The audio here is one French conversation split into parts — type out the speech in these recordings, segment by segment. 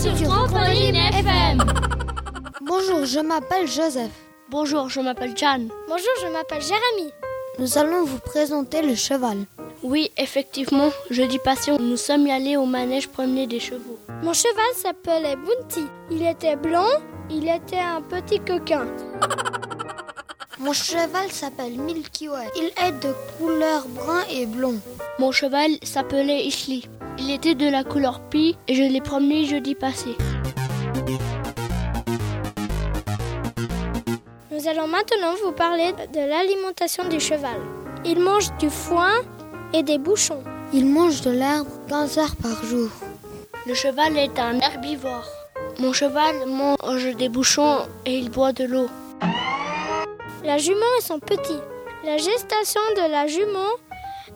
sur Trampoline FM. Bonjour, je m'appelle Joseph. Bonjour, je m'appelle Jeanne. Bonjour, je m'appelle Jérémy. Nous allons vous présenter le cheval. Oui, effectivement, jeudi passé, nous sommes allés au manège promener des chevaux. Mon cheval s'appelait Bounty. Il était blanc, il était un petit coquin. Mon cheval s'appelle Milky Way. Il est de couleur brun et blond. Mon cheval s'appelait Isli. Il était de la couleur pie et je l'ai promené jeudi passé. Nous allons maintenant vous parler de l'alimentation du cheval. Il mange du foin et des bouchons. Il mange de l'herbe 15 heures par jour. Le cheval est un herbivore. Mon cheval mange des bouchons et il boit de l'eau. La jument et son petit. La gestation de la jument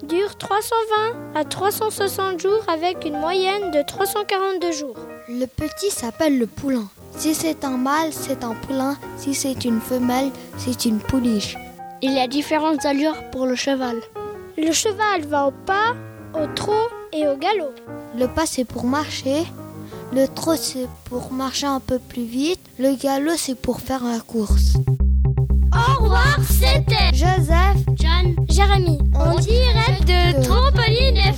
dure 320 à 360 jours avec une moyenne de 342 jours. Le petit s'appelle le poulain. Si c'est un mâle, c'est un poulain. Si c'est une femelle, c'est une pouliche. Il y a différentes allures pour le cheval. Le cheval va au pas, au trot et au galop. Le pas c'est pour marcher, le trot c'est pour marcher un peu plus vite, le galop c'est pour faire la course. Au revoir, c'était Joseph, Jeanne, Jérémy. en direct de Trampoline